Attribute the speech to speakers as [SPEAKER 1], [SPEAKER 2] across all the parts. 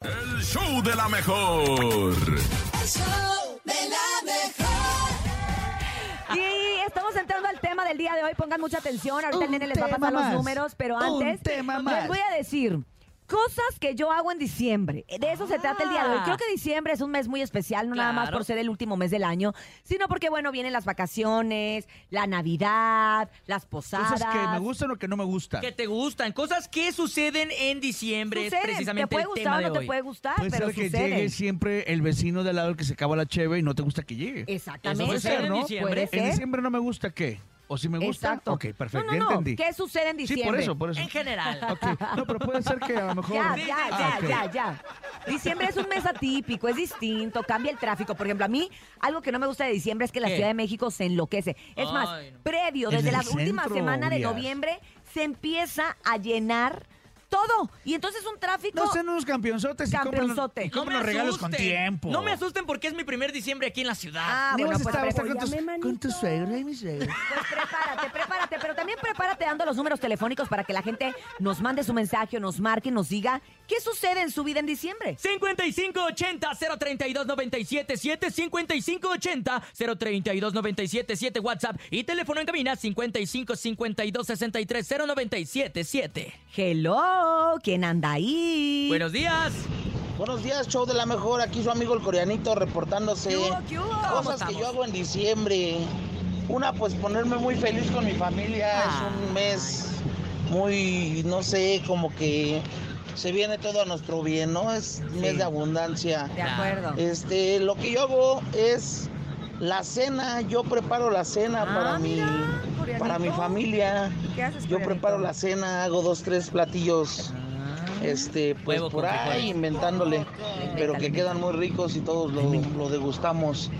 [SPEAKER 1] El show de la mejor.
[SPEAKER 2] El show de la mejor.
[SPEAKER 3] Y estamos entrando al tema del día de hoy. Pongan mucha atención. Ahorita el
[SPEAKER 4] Un
[SPEAKER 3] nene les va a
[SPEAKER 4] tema
[SPEAKER 3] pasar
[SPEAKER 4] más.
[SPEAKER 3] los números, pero
[SPEAKER 4] Un
[SPEAKER 3] antes
[SPEAKER 4] tema
[SPEAKER 3] les
[SPEAKER 4] más.
[SPEAKER 3] voy a decir. Cosas que yo hago en diciembre. De eso se trata el día de hoy. Creo que diciembre es un mes muy especial, no nada más
[SPEAKER 5] Ah. Claro.
[SPEAKER 3] por ser el último mes del año, sino porque, bueno, vienen las vacaciones, la Navidad, las posadas.
[SPEAKER 4] Cosas que me gustan o que no me gustan.
[SPEAKER 5] que te gustan, cosas que suceden en diciembre, es
[SPEAKER 3] Suceden.
[SPEAKER 5] precisamente
[SPEAKER 3] te puede
[SPEAKER 5] el
[SPEAKER 3] gustar
[SPEAKER 5] tema
[SPEAKER 3] o no
[SPEAKER 5] de
[SPEAKER 3] te
[SPEAKER 5] hoy.
[SPEAKER 3] puede gustar,
[SPEAKER 4] Puede
[SPEAKER 3] pero
[SPEAKER 4] ser que
[SPEAKER 3] sucede.
[SPEAKER 4] llegue siempre el vecino de al lado que se acaba la cheve y no te gusta que llegue.
[SPEAKER 3] Exactamente.
[SPEAKER 4] Eso puede ser, ¿no?
[SPEAKER 3] Puede
[SPEAKER 5] Diciembre.
[SPEAKER 3] ser.
[SPEAKER 4] En diciembre no me gusta qué. O si me gusta.
[SPEAKER 3] Exacto.
[SPEAKER 4] Ok, perfecto.
[SPEAKER 3] No,
[SPEAKER 4] ya
[SPEAKER 3] no, no.
[SPEAKER 4] entendí.
[SPEAKER 3] ¿Qué sucede en
[SPEAKER 4] sí,
[SPEAKER 3] diciembre?
[SPEAKER 4] por eso, por eso.
[SPEAKER 5] En general.
[SPEAKER 4] Ok, No, pero puede ser que a lo mejor. Ah,
[SPEAKER 3] Ya,
[SPEAKER 5] Sí,
[SPEAKER 3] ya,
[SPEAKER 5] sí,
[SPEAKER 3] ya,
[SPEAKER 4] sí.
[SPEAKER 3] ya, ya. Diciembre es un mes atípico, es distinto, cambia el tráfico. Por ejemplo, a mí algo que no me gusta de diciembre es que la
[SPEAKER 5] ¿Qué?
[SPEAKER 3] Ciudad de México se enloquece. Es
[SPEAKER 5] Ay,
[SPEAKER 3] más,
[SPEAKER 5] no.
[SPEAKER 3] previo,
[SPEAKER 4] En
[SPEAKER 3] desde
[SPEAKER 4] el
[SPEAKER 3] la última
[SPEAKER 4] centro,
[SPEAKER 3] semana de
[SPEAKER 4] Urias.
[SPEAKER 3] noviembre, se empieza a llenar todo. Y entonces un tráfico...
[SPEAKER 4] No sean unos campeonzotes. y
[SPEAKER 3] Campeonzote.
[SPEAKER 4] cómpranos- Y
[SPEAKER 3] No
[SPEAKER 4] cómpranos regalos con tiempo.
[SPEAKER 5] No me asusten porque es mi primer diciembre aquí en la ciudad.
[SPEAKER 3] Ah,
[SPEAKER 4] Ni
[SPEAKER 3] bueno,
[SPEAKER 4] vas a
[SPEAKER 3] pues,
[SPEAKER 4] estar, vas a estar
[SPEAKER 3] pero
[SPEAKER 4] con, tus,
[SPEAKER 3] llame,
[SPEAKER 4] con tu suegro y mi suegro.
[SPEAKER 3] Pues prepárate, prepárate, pero también prepárate dando los números telefónicos para que la gente nos mande su mensaje, o nos marque, y nos diga qué sucede en su vida en diciembre.
[SPEAKER 5] 5580-032-977, 5580-032-977, WhatsApp y teléfono en cabina 5552-630977.
[SPEAKER 3] Hello, ¿quién anda ahí?
[SPEAKER 5] Buenos días.
[SPEAKER 6] Buenos días, show de la mejor. Aquí su amigo el coreanito reportándose.
[SPEAKER 3] ¿Qué hubo, qué hubo?
[SPEAKER 5] Este, ¿Cómo
[SPEAKER 6] Cosas
[SPEAKER 5] estamos?
[SPEAKER 6] que yo hago en diciembre. Una, pues ponerme muy feliz con mi familia.
[SPEAKER 3] Ah.
[SPEAKER 6] Es un mes muy, no sé, como que se viene todo a nuestro bien, ¿no? Es mes de abundancia.
[SPEAKER 3] De acuerdo.
[SPEAKER 5] Eh,
[SPEAKER 6] Este, lo que yo hago es la cena. Yo preparo la cena
[SPEAKER 3] Ah,
[SPEAKER 6] para mi,
[SPEAKER 3] mira,
[SPEAKER 6] para mi
[SPEAKER 3] coreanito.
[SPEAKER 6] familia.
[SPEAKER 3] ¿Qué haces,
[SPEAKER 6] Yo
[SPEAKER 3] coreanito?
[SPEAKER 6] preparo la cena, hago dos, tres platillos.
[SPEAKER 3] Ah.
[SPEAKER 6] Este, pues
[SPEAKER 5] Huevo
[SPEAKER 6] por
[SPEAKER 5] con
[SPEAKER 6] ahí
[SPEAKER 5] frijoles.
[SPEAKER 6] inventándole, pero
[SPEAKER 3] Invéntale.
[SPEAKER 6] que quedan muy ricos y todos lo, lo degustamos.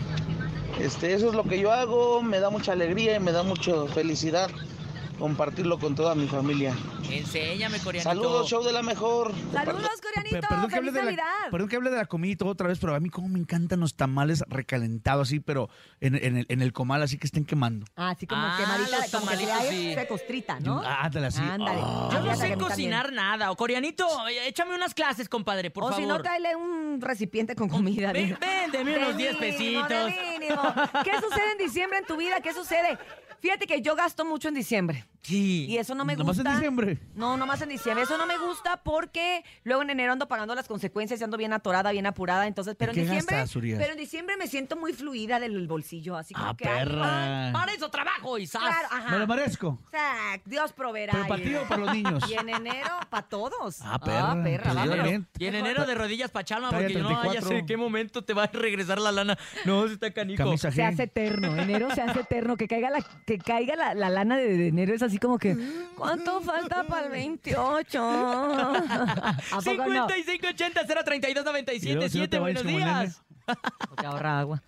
[SPEAKER 6] Este, eso es lo que yo hago, me da mucha alegría y me da mucha felicidad compartirlo con toda mi familia.
[SPEAKER 5] Enséñame, coreanito.
[SPEAKER 6] Saludos, show de la mejor.
[SPEAKER 3] Saludos,
[SPEAKER 4] Pe-
[SPEAKER 3] coreanito.
[SPEAKER 4] perdón, que
[SPEAKER 3] Feliz
[SPEAKER 4] hable de la,
[SPEAKER 3] Navidad.
[SPEAKER 4] perdón que hable de la comidita otra vez, pero a mí como me encantan los tamales recalentados así, pero en, en el, en el comal así que estén quemando.
[SPEAKER 3] Ah, así como
[SPEAKER 5] Ah,
[SPEAKER 3] quemadita,
[SPEAKER 5] los
[SPEAKER 3] como que se le
[SPEAKER 5] tamalitos,
[SPEAKER 3] haga-
[SPEAKER 5] sí.
[SPEAKER 3] se costrita, ¿no?
[SPEAKER 4] Ah, ándale, así.
[SPEAKER 3] Ándale.
[SPEAKER 4] Ah.
[SPEAKER 5] Yo no
[SPEAKER 3] Fíjate que
[SPEAKER 5] sé
[SPEAKER 3] a mí
[SPEAKER 5] cocinar
[SPEAKER 3] también.
[SPEAKER 5] nada. O coreanito, échame unas clases, compadre, por
[SPEAKER 3] o
[SPEAKER 5] favor.
[SPEAKER 3] si no, tráele un recipiente con comida.
[SPEAKER 5] Ve-
[SPEAKER 3] mira.
[SPEAKER 5] véndeme unos
[SPEAKER 3] De
[SPEAKER 5] 10
[SPEAKER 3] mínimo, de
[SPEAKER 5] pesitos.
[SPEAKER 3] mínimo. ¿Qué sucede en diciembre en tu vida? ¿Qué sucede? Fíjate que yo gasto mucho en diciembre.
[SPEAKER 5] Sí.
[SPEAKER 3] Y eso no me
[SPEAKER 4] ¿Nomás
[SPEAKER 3] gusta.
[SPEAKER 4] en diciembre?
[SPEAKER 3] No, nomás en diciembre. Eso no me gusta porque luego en enero ando pagando las consecuencias y ando bien atorada, bien apurada. Entonces, pero
[SPEAKER 4] qué
[SPEAKER 3] en diciembre.
[SPEAKER 4] gastas, Urias?
[SPEAKER 3] pero en diciembre me siento muy fluida del bolsillo. Así como
[SPEAKER 4] Ah,
[SPEAKER 3] que. ay,
[SPEAKER 4] perra.
[SPEAKER 5] Ah, Para eso trabajo, Isaac.
[SPEAKER 3] Claro, ajá.
[SPEAKER 4] Me lo merezco.
[SPEAKER 3] Sac, Dios proveerá.
[SPEAKER 4] ¿Pero para ti o para los niños?
[SPEAKER 3] Y en enero, para todos.
[SPEAKER 4] Ah, perra, pues, yo
[SPEAKER 3] vámonos.
[SPEAKER 4] también.
[SPEAKER 5] Y en enero de rodillas pa' Chalma,
[SPEAKER 4] Talla
[SPEAKER 5] porque yo no, ya
[SPEAKER 4] 34.
[SPEAKER 5] sé en qué momento te va a regresar la lana. No, se está canico.
[SPEAKER 4] Camisa
[SPEAKER 3] Se
[SPEAKER 4] G.
[SPEAKER 3] hace eterno, enero se hace eterno, que caiga la, que caiga la, la lana de, de enero es así como que, ¿cuánto falta para el 28? ¿A poco no?
[SPEAKER 5] 5580 032
[SPEAKER 4] Y luego, si no
[SPEAKER 5] 977
[SPEAKER 4] te bañas
[SPEAKER 5] buenos
[SPEAKER 4] como el
[SPEAKER 5] días.
[SPEAKER 3] Te ahorra agua.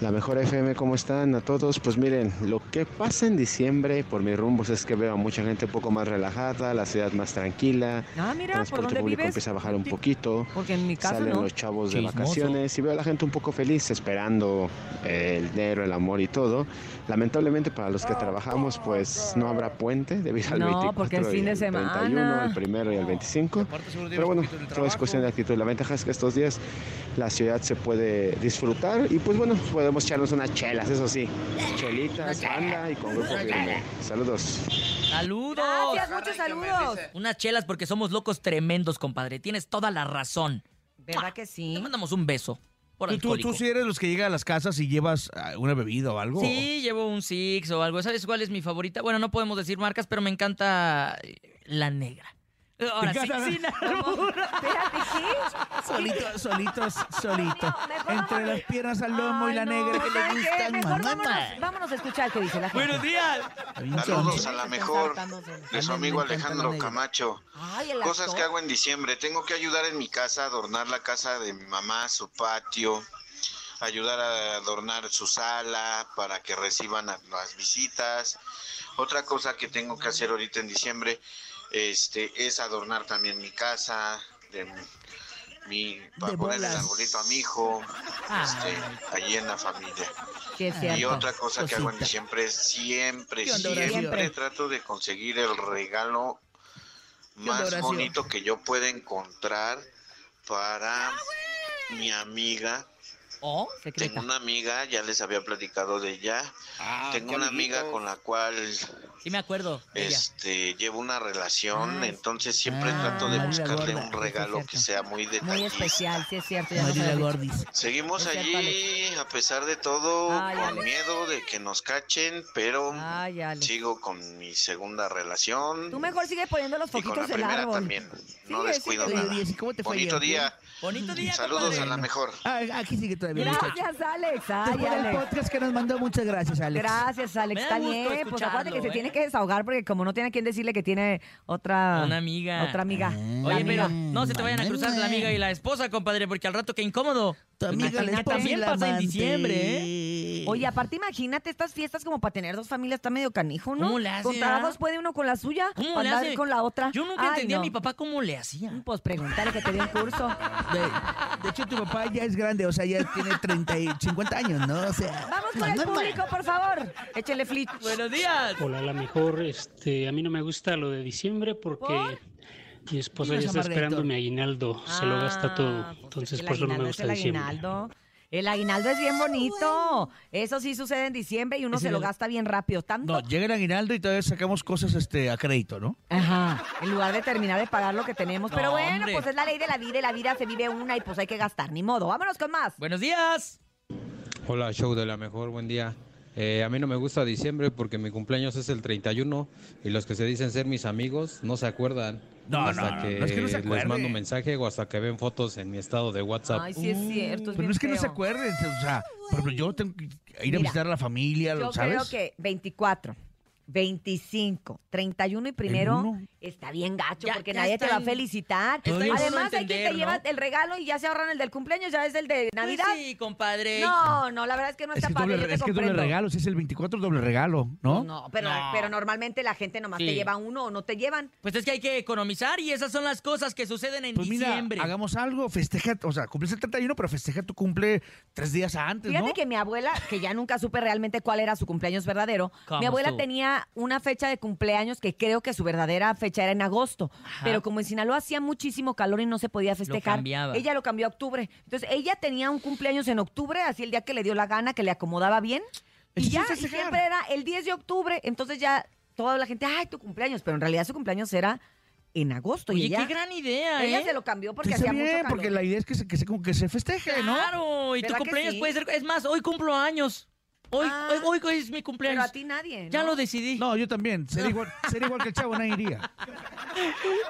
[SPEAKER 7] La mejor FM, ¿cómo están a todos? Pues miren, lo que pasa en diciembre por mis rumbos es que veo a mucha gente un poco más relajada, la ciudad más tranquila,
[SPEAKER 3] Ah, mira, ¿por
[SPEAKER 7] transporte
[SPEAKER 3] dónde
[SPEAKER 7] público
[SPEAKER 3] vives?
[SPEAKER 7] empieza a bajar un poquito,
[SPEAKER 3] Porque en mi casa
[SPEAKER 7] salen
[SPEAKER 3] no.
[SPEAKER 7] los chavos de
[SPEAKER 5] Chismoso.
[SPEAKER 7] vacaciones y veo a la gente un poco feliz esperando eh, el dinero, el amor y todo. Lamentablemente para los que trabajamos pues no habrá puente debido al
[SPEAKER 3] No,
[SPEAKER 7] 24
[SPEAKER 3] porque es
[SPEAKER 7] y
[SPEAKER 3] fin de
[SPEAKER 7] el 31,
[SPEAKER 3] semana.
[SPEAKER 7] el primero y el 25.
[SPEAKER 4] Aparte, seguro
[SPEAKER 7] Pero
[SPEAKER 4] tienes
[SPEAKER 7] bueno,
[SPEAKER 4] poquito en el
[SPEAKER 7] todo es
[SPEAKER 4] trabajo.
[SPEAKER 7] cuestión de actitud. La ventaja es que estos días la ciudad se puede disfrutar y pues bueno, podemos echarnos unas chelas, eso sí. Chelitas, banda y con grupo firme. Saludos.
[SPEAKER 5] Saludos.
[SPEAKER 3] Gracias, muchos saludos.
[SPEAKER 5] Unas chelas porque somos locos tremendos, compadre. Tienes toda la razón.
[SPEAKER 3] ¿Verdad que
[SPEAKER 5] Te
[SPEAKER 3] sí?
[SPEAKER 5] mandamos un beso. Por
[SPEAKER 4] ¿Tú, tú,
[SPEAKER 5] alcohólico.
[SPEAKER 4] tú sí eres los que llega a las casas y llevas ah, una bebida o algo?
[SPEAKER 5] Sí, llevo un Six o algo. ¿Sabes cuál es mi favorita? Bueno, no podemos decir marcas, pero me encanta eh, la negra. Ahora sí,
[SPEAKER 4] encanta la-
[SPEAKER 5] sin albur.
[SPEAKER 3] Espérate, ¿qué?
[SPEAKER 4] Solitos, solitos, solitos.
[SPEAKER 3] Dios mío, mejor
[SPEAKER 4] Entre
[SPEAKER 3] vámonos.
[SPEAKER 4] las piernas al lomo y
[SPEAKER 3] Ay,
[SPEAKER 4] la
[SPEAKER 3] no,
[SPEAKER 4] negra que
[SPEAKER 3] ¿sabes
[SPEAKER 4] le
[SPEAKER 3] qué?
[SPEAKER 4] gustan.
[SPEAKER 3] Mejor
[SPEAKER 4] mamá.
[SPEAKER 3] vámonos, vámonos a escuchar qué dice la gente.
[SPEAKER 5] Buenos días.
[SPEAKER 4] Está bien
[SPEAKER 8] Saludos
[SPEAKER 4] sonso.
[SPEAKER 8] a la mejor de su amigo
[SPEAKER 4] Me encanta la
[SPEAKER 8] Alejandro
[SPEAKER 4] negra.
[SPEAKER 8] Camacho.
[SPEAKER 3] Ay, el
[SPEAKER 8] Cosas
[SPEAKER 3] actor.
[SPEAKER 8] que hago en diciembre. Tengo que ayudar en mi casa, adornar la casa de mi mamá, su patio, ayudar a adornar su sala para que reciban a las visitas. Otra cosa que tengo que hacer ahorita en diciembre este, es adornar también mi casa, de mi- mi, para poner el
[SPEAKER 4] bolas.
[SPEAKER 8] arbolito a mi hijo,
[SPEAKER 5] Ah.
[SPEAKER 8] este, allí en la familia.
[SPEAKER 3] Sí, es
[SPEAKER 8] Y
[SPEAKER 3] cierto.
[SPEAKER 8] otra cosa que hago en
[SPEAKER 5] Cosita.
[SPEAKER 8] diciembre es siempre,
[SPEAKER 4] ¿Qué onda,
[SPEAKER 8] siempre,
[SPEAKER 4] Horacio?
[SPEAKER 8] trato de conseguir el regalo más
[SPEAKER 4] Horacio?
[SPEAKER 8] bonito que yo pueda encontrar para mi amiga.
[SPEAKER 3] Oh,
[SPEAKER 5] ¿O? secreta.
[SPEAKER 8] Tengo una amiga, ya les había platicado de ella. Tengo una amiga con la cual
[SPEAKER 5] Sí me acuerdo. de ella.
[SPEAKER 8] este llevo una relación,
[SPEAKER 3] Ah,
[SPEAKER 8] entonces siempre
[SPEAKER 3] ah,
[SPEAKER 8] trato de
[SPEAKER 3] María
[SPEAKER 8] buscarle
[SPEAKER 3] Gorda,
[SPEAKER 8] un
[SPEAKER 3] sí, es
[SPEAKER 8] regalo que
[SPEAKER 3] cierto.
[SPEAKER 8] sea muy
[SPEAKER 3] Muy
[SPEAKER 8] detallista.
[SPEAKER 3] especial, sí es cierto. Ya nos
[SPEAKER 5] María
[SPEAKER 3] había dicho.
[SPEAKER 5] Gordis.
[SPEAKER 8] Seguimos
[SPEAKER 3] Es cierto,
[SPEAKER 8] allí a pesar de todo,
[SPEAKER 3] Ay,
[SPEAKER 8] con
[SPEAKER 3] Alex.
[SPEAKER 8] miedo de que nos cachen, pero
[SPEAKER 3] Ay, Alex.
[SPEAKER 8] sigo con mi segunda relación
[SPEAKER 3] Tú mejor sigue poniendo los
[SPEAKER 8] y con la
[SPEAKER 3] foquitos del
[SPEAKER 8] primera
[SPEAKER 3] árbol.
[SPEAKER 8] también. No
[SPEAKER 3] Sigue,
[SPEAKER 8] descuido
[SPEAKER 3] síguele.
[SPEAKER 8] nada.
[SPEAKER 4] Oye, ¿y cómo te fue
[SPEAKER 8] Bonito
[SPEAKER 4] ayer?
[SPEAKER 8] día.
[SPEAKER 5] Bonito día,
[SPEAKER 8] Saludos
[SPEAKER 5] compadre.
[SPEAKER 8] a la mejor.
[SPEAKER 4] Ah, aquí sigue todavía. muchacho.
[SPEAKER 3] Gracias, Alex. Ay,
[SPEAKER 4] Después del
[SPEAKER 3] Alex.
[SPEAKER 4] podcast que nos mandó, muchas gracias, Alex.
[SPEAKER 3] Gracias, Alex.
[SPEAKER 5] Me da
[SPEAKER 3] Está
[SPEAKER 5] gusto
[SPEAKER 3] bien. Pues acuérdate que
[SPEAKER 5] escucharlo,
[SPEAKER 3] se
[SPEAKER 5] ¿eh?
[SPEAKER 3] tiene que desahogar porque como no tiene a quien decirle que tiene otra...
[SPEAKER 5] Una amiga.
[SPEAKER 3] Ah, Otra amiga.
[SPEAKER 4] Ah.
[SPEAKER 3] La
[SPEAKER 5] Oye,
[SPEAKER 3] amiga.
[SPEAKER 5] pero no se te vayan a cruzar la amiga y la esposa, compadre, porque al rato qué incómodo.
[SPEAKER 4] Tu amiga, la
[SPEAKER 5] Que
[SPEAKER 4] esposa y
[SPEAKER 5] también
[SPEAKER 4] la
[SPEAKER 5] pasa en
[SPEAKER 4] amante.
[SPEAKER 5] diciembre, ¿eh?
[SPEAKER 3] Oye, aparte imagínate estas fiestas como para tener dos familias, está medio canijo, ¿no?
[SPEAKER 5] ¿Cómo le hace,
[SPEAKER 3] Contra
[SPEAKER 5] ah?
[SPEAKER 3] dos puede uno con la suya,
[SPEAKER 5] ¿Cómo le
[SPEAKER 3] andar
[SPEAKER 5] hace?
[SPEAKER 3] con la otra.
[SPEAKER 5] Yo nunca
[SPEAKER 3] Ay,
[SPEAKER 5] entendí a
[SPEAKER 3] no.
[SPEAKER 5] mi papá cómo le hacía.
[SPEAKER 3] Pues pregúntale que te dio un curso.
[SPEAKER 4] De,
[SPEAKER 3] ah,
[SPEAKER 4] de hecho, tu papá ya es grande, o sea, ya tiene 30 y 50 años, ¿no? O sea,
[SPEAKER 3] Vamos con el público, por favor. Échele flip.
[SPEAKER 5] Buenos días.
[SPEAKER 9] Hola, la mejor, este, a mí no me gusta lo de diciembre porque mi esposa
[SPEAKER 4] Dinos,
[SPEAKER 9] ya está
[SPEAKER 4] Amarga,
[SPEAKER 9] esperando
[SPEAKER 4] Héctor.
[SPEAKER 9] mi aguinaldo, se lo gasta todo,
[SPEAKER 3] Ah, pues
[SPEAKER 9] entonces
[SPEAKER 3] es que
[SPEAKER 9] por eso no me
[SPEAKER 3] es
[SPEAKER 9] gusta
[SPEAKER 3] el
[SPEAKER 9] diciembre.
[SPEAKER 3] aguinaldo. El aguinaldo es bien bonito. Eso sí sucede en diciembre y uno
[SPEAKER 4] Ese
[SPEAKER 3] se lo
[SPEAKER 4] ya-
[SPEAKER 3] gasta bien rápido. Tanto.
[SPEAKER 4] no, llega el aguinaldo y todavía sacamos cosas este, a crédito, ¿no?
[SPEAKER 3] Ajá. En lugar de terminar de pagar lo que tenemos.
[SPEAKER 5] No,
[SPEAKER 3] Pero bueno,
[SPEAKER 5] hombre.
[SPEAKER 3] pues es la ley de la vida y la vida se vive una y pues hay que gastar. Ni modo. Vámonos con más.
[SPEAKER 5] Buenos días.
[SPEAKER 10] Hola, show de la mejor, buen día. Eh, a mí no me gusta diciembre porque mi cumpleaños es el 31 y los que se dicen ser mis amigos no se acuerdan.
[SPEAKER 4] No,
[SPEAKER 10] hasta
[SPEAKER 4] no, no,
[SPEAKER 10] que
[SPEAKER 4] no es que no se
[SPEAKER 10] les mando
[SPEAKER 4] acuerden.
[SPEAKER 10] un mensaje o hasta que ven fotos en mi estado de WhatsApp.
[SPEAKER 3] Ay, sí es cierto. es
[SPEAKER 4] Mm, Pero
[SPEAKER 3] Pues bien
[SPEAKER 4] no es que no se
[SPEAKER 3] feo.
[SPEAKER 4] acuerden, o sea, por ejemplo, yo tengo que ir a
[SPEAKER 3] Mira,
[SPEAKER 4] visitar a la familia,
[SPEAKER 3] Yo
[SPEAKER 4] ¿sabes?
[SPEAKER 3] creo que 24, 25, 31 y primero
[SPEAKER 4] uno.
[SPEAKER 3] está bien gacho
[SPEAKER 5] Ya-
[SPEAKER 3] porque
[SPEAKER 5] ya
[SPEAKER 3] nadie te va a
[SPEAKER 5] están-
[SPEAKER 3] felicitar.
[SPEAKER 5] está bien uno
[SPEAKER 3] Además, hay quien
[SPEAKER 5] entender,
[SPEAKER 3] te lleva
[SPEAKER 5] ¿no?
[SPEAKER 3] el regalo y ya se ahorran el del cumpleaños, ya es el de Navidad.
[SPEAKER 5] Pues sí, compadre.
[SPEAKER 3] No, no, la verdad es que no
[SPEAKER 4] Es
[SPEAKER 3] está
[SPEAKER 4] que, es
[SPEAKER 3] padre. yo
[SPEAKER 4] doble,
[SPEAKER 3] te
[SPEAKER 4] es que es doble
[SPEAKER 3] comprendo.
[SPEAKER 4] regalo, si es el 24 doble regalo, ¿no?
[SPEAKER 3] No, pero,
[SPEAKER 5] No.
[SPEAKER 3] pero normalmente la gente nomás te
[SPEAKER 5] Sí.
[SPEAKER 3] lleva uno o no te llevan.
[SPEAKER 5] Pues es que hay que economizar y esas son las cosas que suceden en
[SPEAKER 4] Pues mira,
[SPEAKER 5] diciembre.
[SPEAKER 4] hagamos algo, festeja, o sea, cumples el 31, pero festeja tu cumple tres días antes,
[SPEAKER 3] Fíjate
[SPEAKER 4] Pues ¿no?
[SPEAKER 3] que mi abuela, que ya nunca supe realmente cuál era su cumpleaños verdadero,
[SPEAKER 5] ¿Cómo
[SPEAKER 3] mi abuela
[SPEAKER 5] estuvo?
[SPEAKER 3] tenía una fecha de cumpleaños que creo que su verdadera fecha era en agosto,
[SPEAKER 5] Ajá.
[SPEAKER 3] pero como en Sinaloa hacía muchísimo calor y no se podía festejar,
[SPEAKER 5] cambiaba.
[SPEAKER 3] ella lo cambió a octubre. Entonces ella tenía un cumpleaños en octubre, así el día que le dio la gana, que le acomodaba bien, y
[SPEAKER 4] Entonces,
[SPEAKER 3] ya, y
[SPEAKER 4] festejar.
[SPEAKER 3] siempre era el 10 de octubre, entonces ya toda la gente, ay, tu cumpleaños, pero en realidad su cumpleaños era en agosto y
[SPEAKER 5] Oye,
[SPEAKER 3] ella,
[SPEAKER 5] qué gran idea,
[SPEAKER 3] ella
[SPEAKER 5] ¿eh?
[SPEAKER 3] se lo cambió porque
[SPEAKER 4] Está
[SPEAKER 3] hacía
[SPEAKER 4] bien,
[SPEAKER 3] mucho calor.
[SPEAKER 4] porque la idea es que se, que se, como que se festeje, ¿no?
[SPEAKER 5] Claro, y tu
[SPEAKER 3] ¿Verdad que
[SPEAKER 5] cumpleaños
[SPEAKER 3] sí?
[SPEAKER 5] puede ser... Es más, hoy cumplo años. Hoy,
[SPEAKER 3] Ah.
[SPEAKER 5] hoy, hoy es mi
[SPEAKER 3] Pero
[SPEAKER 5] cumpleaños.
[SPEAKER 3] a ti nadie.
[SPEAKER 5] Ya
[SPEAKER 3] ¿no?
[SPEAKER 5] lo decidí.
[SPEAKER 4] No, yo también, ser igual, ser igual que el chavo, nadie iría.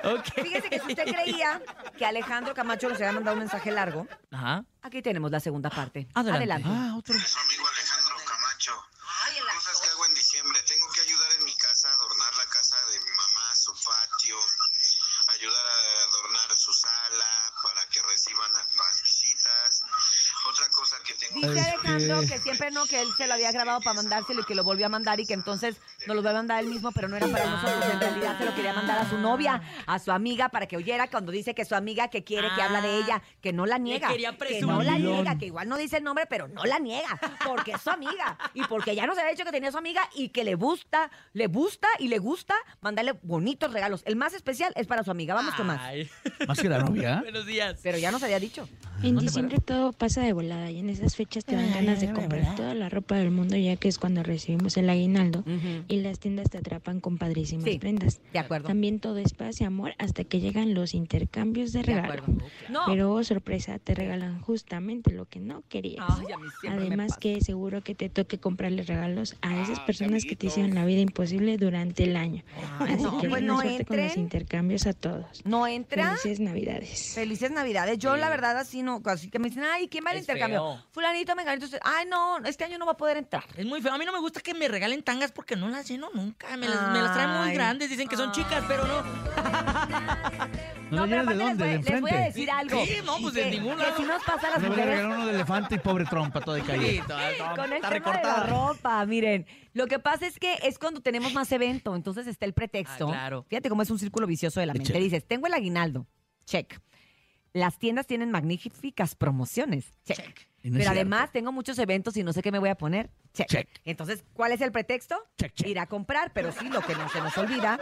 [SPEAKER 5] Ok.
[SPEAKER 3] Fíjese que si usted creía que Alejandro Camacho nos había mandado un mensaje largo,
[SPEAKER 5] Ajá.
[SPEAKER 3] aquí tenemos la segunda parte.
[SPEAKER 5] Adelante.
[SPEAKER 4] Ah, otro.
[SPEAKER 8] Su amigo Alejandro Camacho. Cosas que hago en diciembre. Tengo que ayudar en mi casa, adornar la casa de mi mamá, su patio, ayudar a adornar su sala para que reciban a las visitas. Otra cosa que tengo
[SPEAKER 3] Dice Alejandro
[SPEAKER 8] hacer-
[SPEAKER 3] que siempre no, que él se lo había grabado para mandárselo y que lo volvió a mandar y que entonces nos lo va a mandar él mismo, pero no era para nosotros. En realidad se lo quería mandar a su novia, a su amiga, para que oyera cuando dice que su amiga que quiere, que habla de ella, que no la niega.
[SPEAKER 5] quería
[SPEAKER 3] Que no la
[SPEAKER 5] presumirlo.
[SPEAKER 3] niega, que igual no dice el nombre, pero no la niega, porque es su amiga. Y porque ya nos había dicho que tenía su amiga y que le gusta, le gusta y le gusta mandarle bonitos regalos. El más especial es para su amiga. Vamos con más.
[SPEAKER 5] Ay,
[SPEAKER 4] Más que la novia. ¿ah?
[SPEAKER 5] Buenos días.
[SPEAKER 3] Pero ya nos había dicho.
[SPEAKER 11] En diciembre todo pasa de volada y en esas fechas te dan ganas de comprar toda la ropa del mundo ya que es cuando recibimos el aguinaldo y las tiendas te atrapan con padrísimas
[SPEAKER 3] Sí.
[SPEAKER 11] prendas.
[SPEAKER 3] De acuerdo.
[SPEAKER 11] También todo es paz y amor hasta que llegan los intercambios de
[SPEAKER 3] De
[SPEAKER 11] regalo.
[SPEAKER 3] acuerdo. No.
[SPEAKER 11] Pero oh, sorpresa, te regalan justamente lo que no querías.
[SPEAKER 4] Ah,
[SPEAKER 3] Ay, a mí siempre me
[SPEAKER 11] Además
[SPEAKER 3] pasa.
[SPEAKER 11] que seguro que te toque comprarle regalos a
[SPEAKER 4] Ah,
[SPEAKER 11] esas personas que te hicieron la vida imposible durante el año.
[SPEAKER 3] Ay,
[SPEAKER 11] Así
[SPEAKER 3] no,
[SPEAKER 11] que
[SPEAKER 3] pues
[SPEAKER 11] buena
[SPEAKER 3] no
[SPEAKER 11] suerte con los
[SPEAKER 3] entren.
[SPEAKER 11] intercambios a todos.
[SPEAKER 3] No entra.
[SPEAKER 11] Felices Navidades.
[SPEAKER 3] Felices Navidades. Yo, la verdad, así no. Así que me dicen, ay, ¿quién va al
[SPEAKER 5] Es
[SPEAKER 3] intercambio?
[SPEAKER 5] feo.
[SPEAKER 3] Fulanito, menganito. usted- Ay, no, este año no va a poder entrar.
[SPEAKER 5] Es muy feo. A mí no me gusta que me regalen tangas porque no las lleno nunca. Me las, me las traen muy
[SPEAKER 3] Ay.
[SPEAKER 5] grandes. Dicen que son chicas, pero no.
[SPEAKER 3] pero
[SPEAKER 4] ¿No, llenas de
[SPEAKER 3] aparte
[SPEAKER 4] dónde? ¿De
[SPEAKER 3] Les voy, les voy a
[SPEAKER 4] enfrente?
[SPEAKER 3] decir algo.
[SPEAKER 5] Sí, no, pues,
[SPEAKER 3] que,
[SPEAKER 5] de ningún
[SPEAKER 3] que
[SPEAKER 5] lado.
[SPEAKER 3] si nos pasa a las
[SPEAKER 4] Me voy a
[SPEAKER 3] mujeres
[SPEAKER 4] regalar uno de elefante y pobre trompa, todo de calle.
[SPEAKER 3] con el
[SPEAKER 4] Está
[SPEAKER 3] tema de la
[SPEAKER 4] recortada.
[SPEAKER 3] ropa, miren. Lo que pasa es que es cuando tenemos más evento, entonces está el pretexto.
[SPEAKER 5] Ah, claro.
[SPEAKER 3] Fíjate cómo es un círculo vicioso de la mente.
[SPEAKER 4] Check.
[SPEAKER 3] Dices, tengo el aguinaldo, check. Las tiendas tienen magníficas promociones. Check.
[SPEAKER 4] Y
[SPEAKER 3] Pero
[SPEAKER 4] no es
[SPEAKER 3] además tengo muchos eventos y no sé qué me voy a poner. Check. Entonces, ¿cuál es el pretexto? Ir a comprar, pero sí, lo que no se nos olvida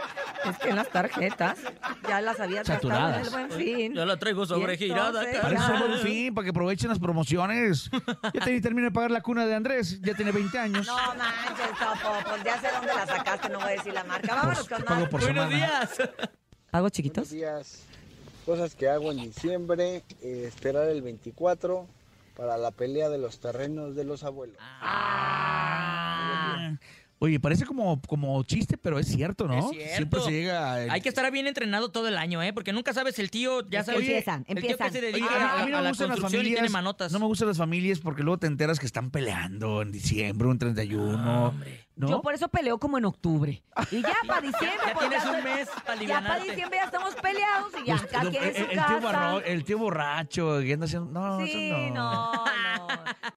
[SPEAKER 3] es que en las tarjetas ya las había tratado en el
[SPEAKER 4] Saturadas.
[SPEAKER 3] buen fin.
[SPEAKER 5] Yo la traigo sobregirada.
[SPEAKER 3] entonces,
[SPEAKER 5] cara.
[SPEAKER 4] Para eso buen fin, para que aprovechen las promociones. Ya te, terminé de pagar la cuna de Andrés, ya tiene 20 años.
[SPEAKER 3] No manches, Topo, pues ya sé dónde la sacaste, no voy a decir la marca. Vámonos
[SPEAKER 4] Pues,
[SPEAKER 3] con
[SPEAKER 4] te pago
[SPEAKER 3] más.
[SPEAKER 4] por Buenos semana.
[SPEAKER 5] días.
[SPEAKER 3] ¿Pagos chiquitos?
[SPEAKER 12] días. Cosas que hago en diciembre, eh, esperar el 24 para la pelea de los terrenos de los abuelos.
[SPEAKER 4] Oye, parece como, como chiste, pero es cierto, ¿no?
[SPEAKER 5] Es cierto.
[SPEAKER 4] Siempre se llega. eh, el-
[SPEAKER 5] Hay que estar bien entrenado todo el año, ¿eh? Porque nunca sabes el tío, ya
[SPEAKER 3] Es que
[SPEAKER 5] sabes.
[SPEAKER 3] empiezan,
[SPEAKER 5] el tío
[SPEAKER 3] empiezan.
[SPEAKER 5] que se
[SPEAKER 4] Oye,
[SPEAKER 5] dedica
[SPEAKER 4] a,
[SPEAKER 5] a,
[SPEAKER 4] a mí no
[SPEAKER 5] a
[SPEAKER 4] me
[SPEAKER 5] la
[SPEAKER 4] gustan las
[SPEAKER 5] construcción y tiene
[SPEAKER 4] familias.
[SPEAKER 5] manotas.
[SPEAKER 4] No me gustan las familias porque luego te enteras que están peleando en diciembre, un 31. ¿no?
[SPEAKER 3] Yo por eso peleo como en octubre. Y ya para diciembre.
[SPEAKER 5] Ya
[SPEAKER 3] pues,
[SPEAKER 5] tienes un
[SPEAKER 3] estoy-
[SPEAKER 5] mes para
[SPEAKER 3] Ya para
[SPEAKER 5] alivianarte.
[SPEAKER 3] diciembre ya estamos peleados y ya.
[SPEAKER 4] Pues,
[SPEAKER 3] cada
[SPEAKER 4] lo-
[SPEAKER 3] quien en
[SPEAKER 4] el,
[SPEAKER 3] su
[SPEAKER 4] el tío
[SPEAKER 3] casa.
[SPEAKER 4] barro- el tío borracho, que anda haciendo. No,
[SPEAKER 3] sí,
[SPEAKER 4] eso
[SPEAKER 3] no. no.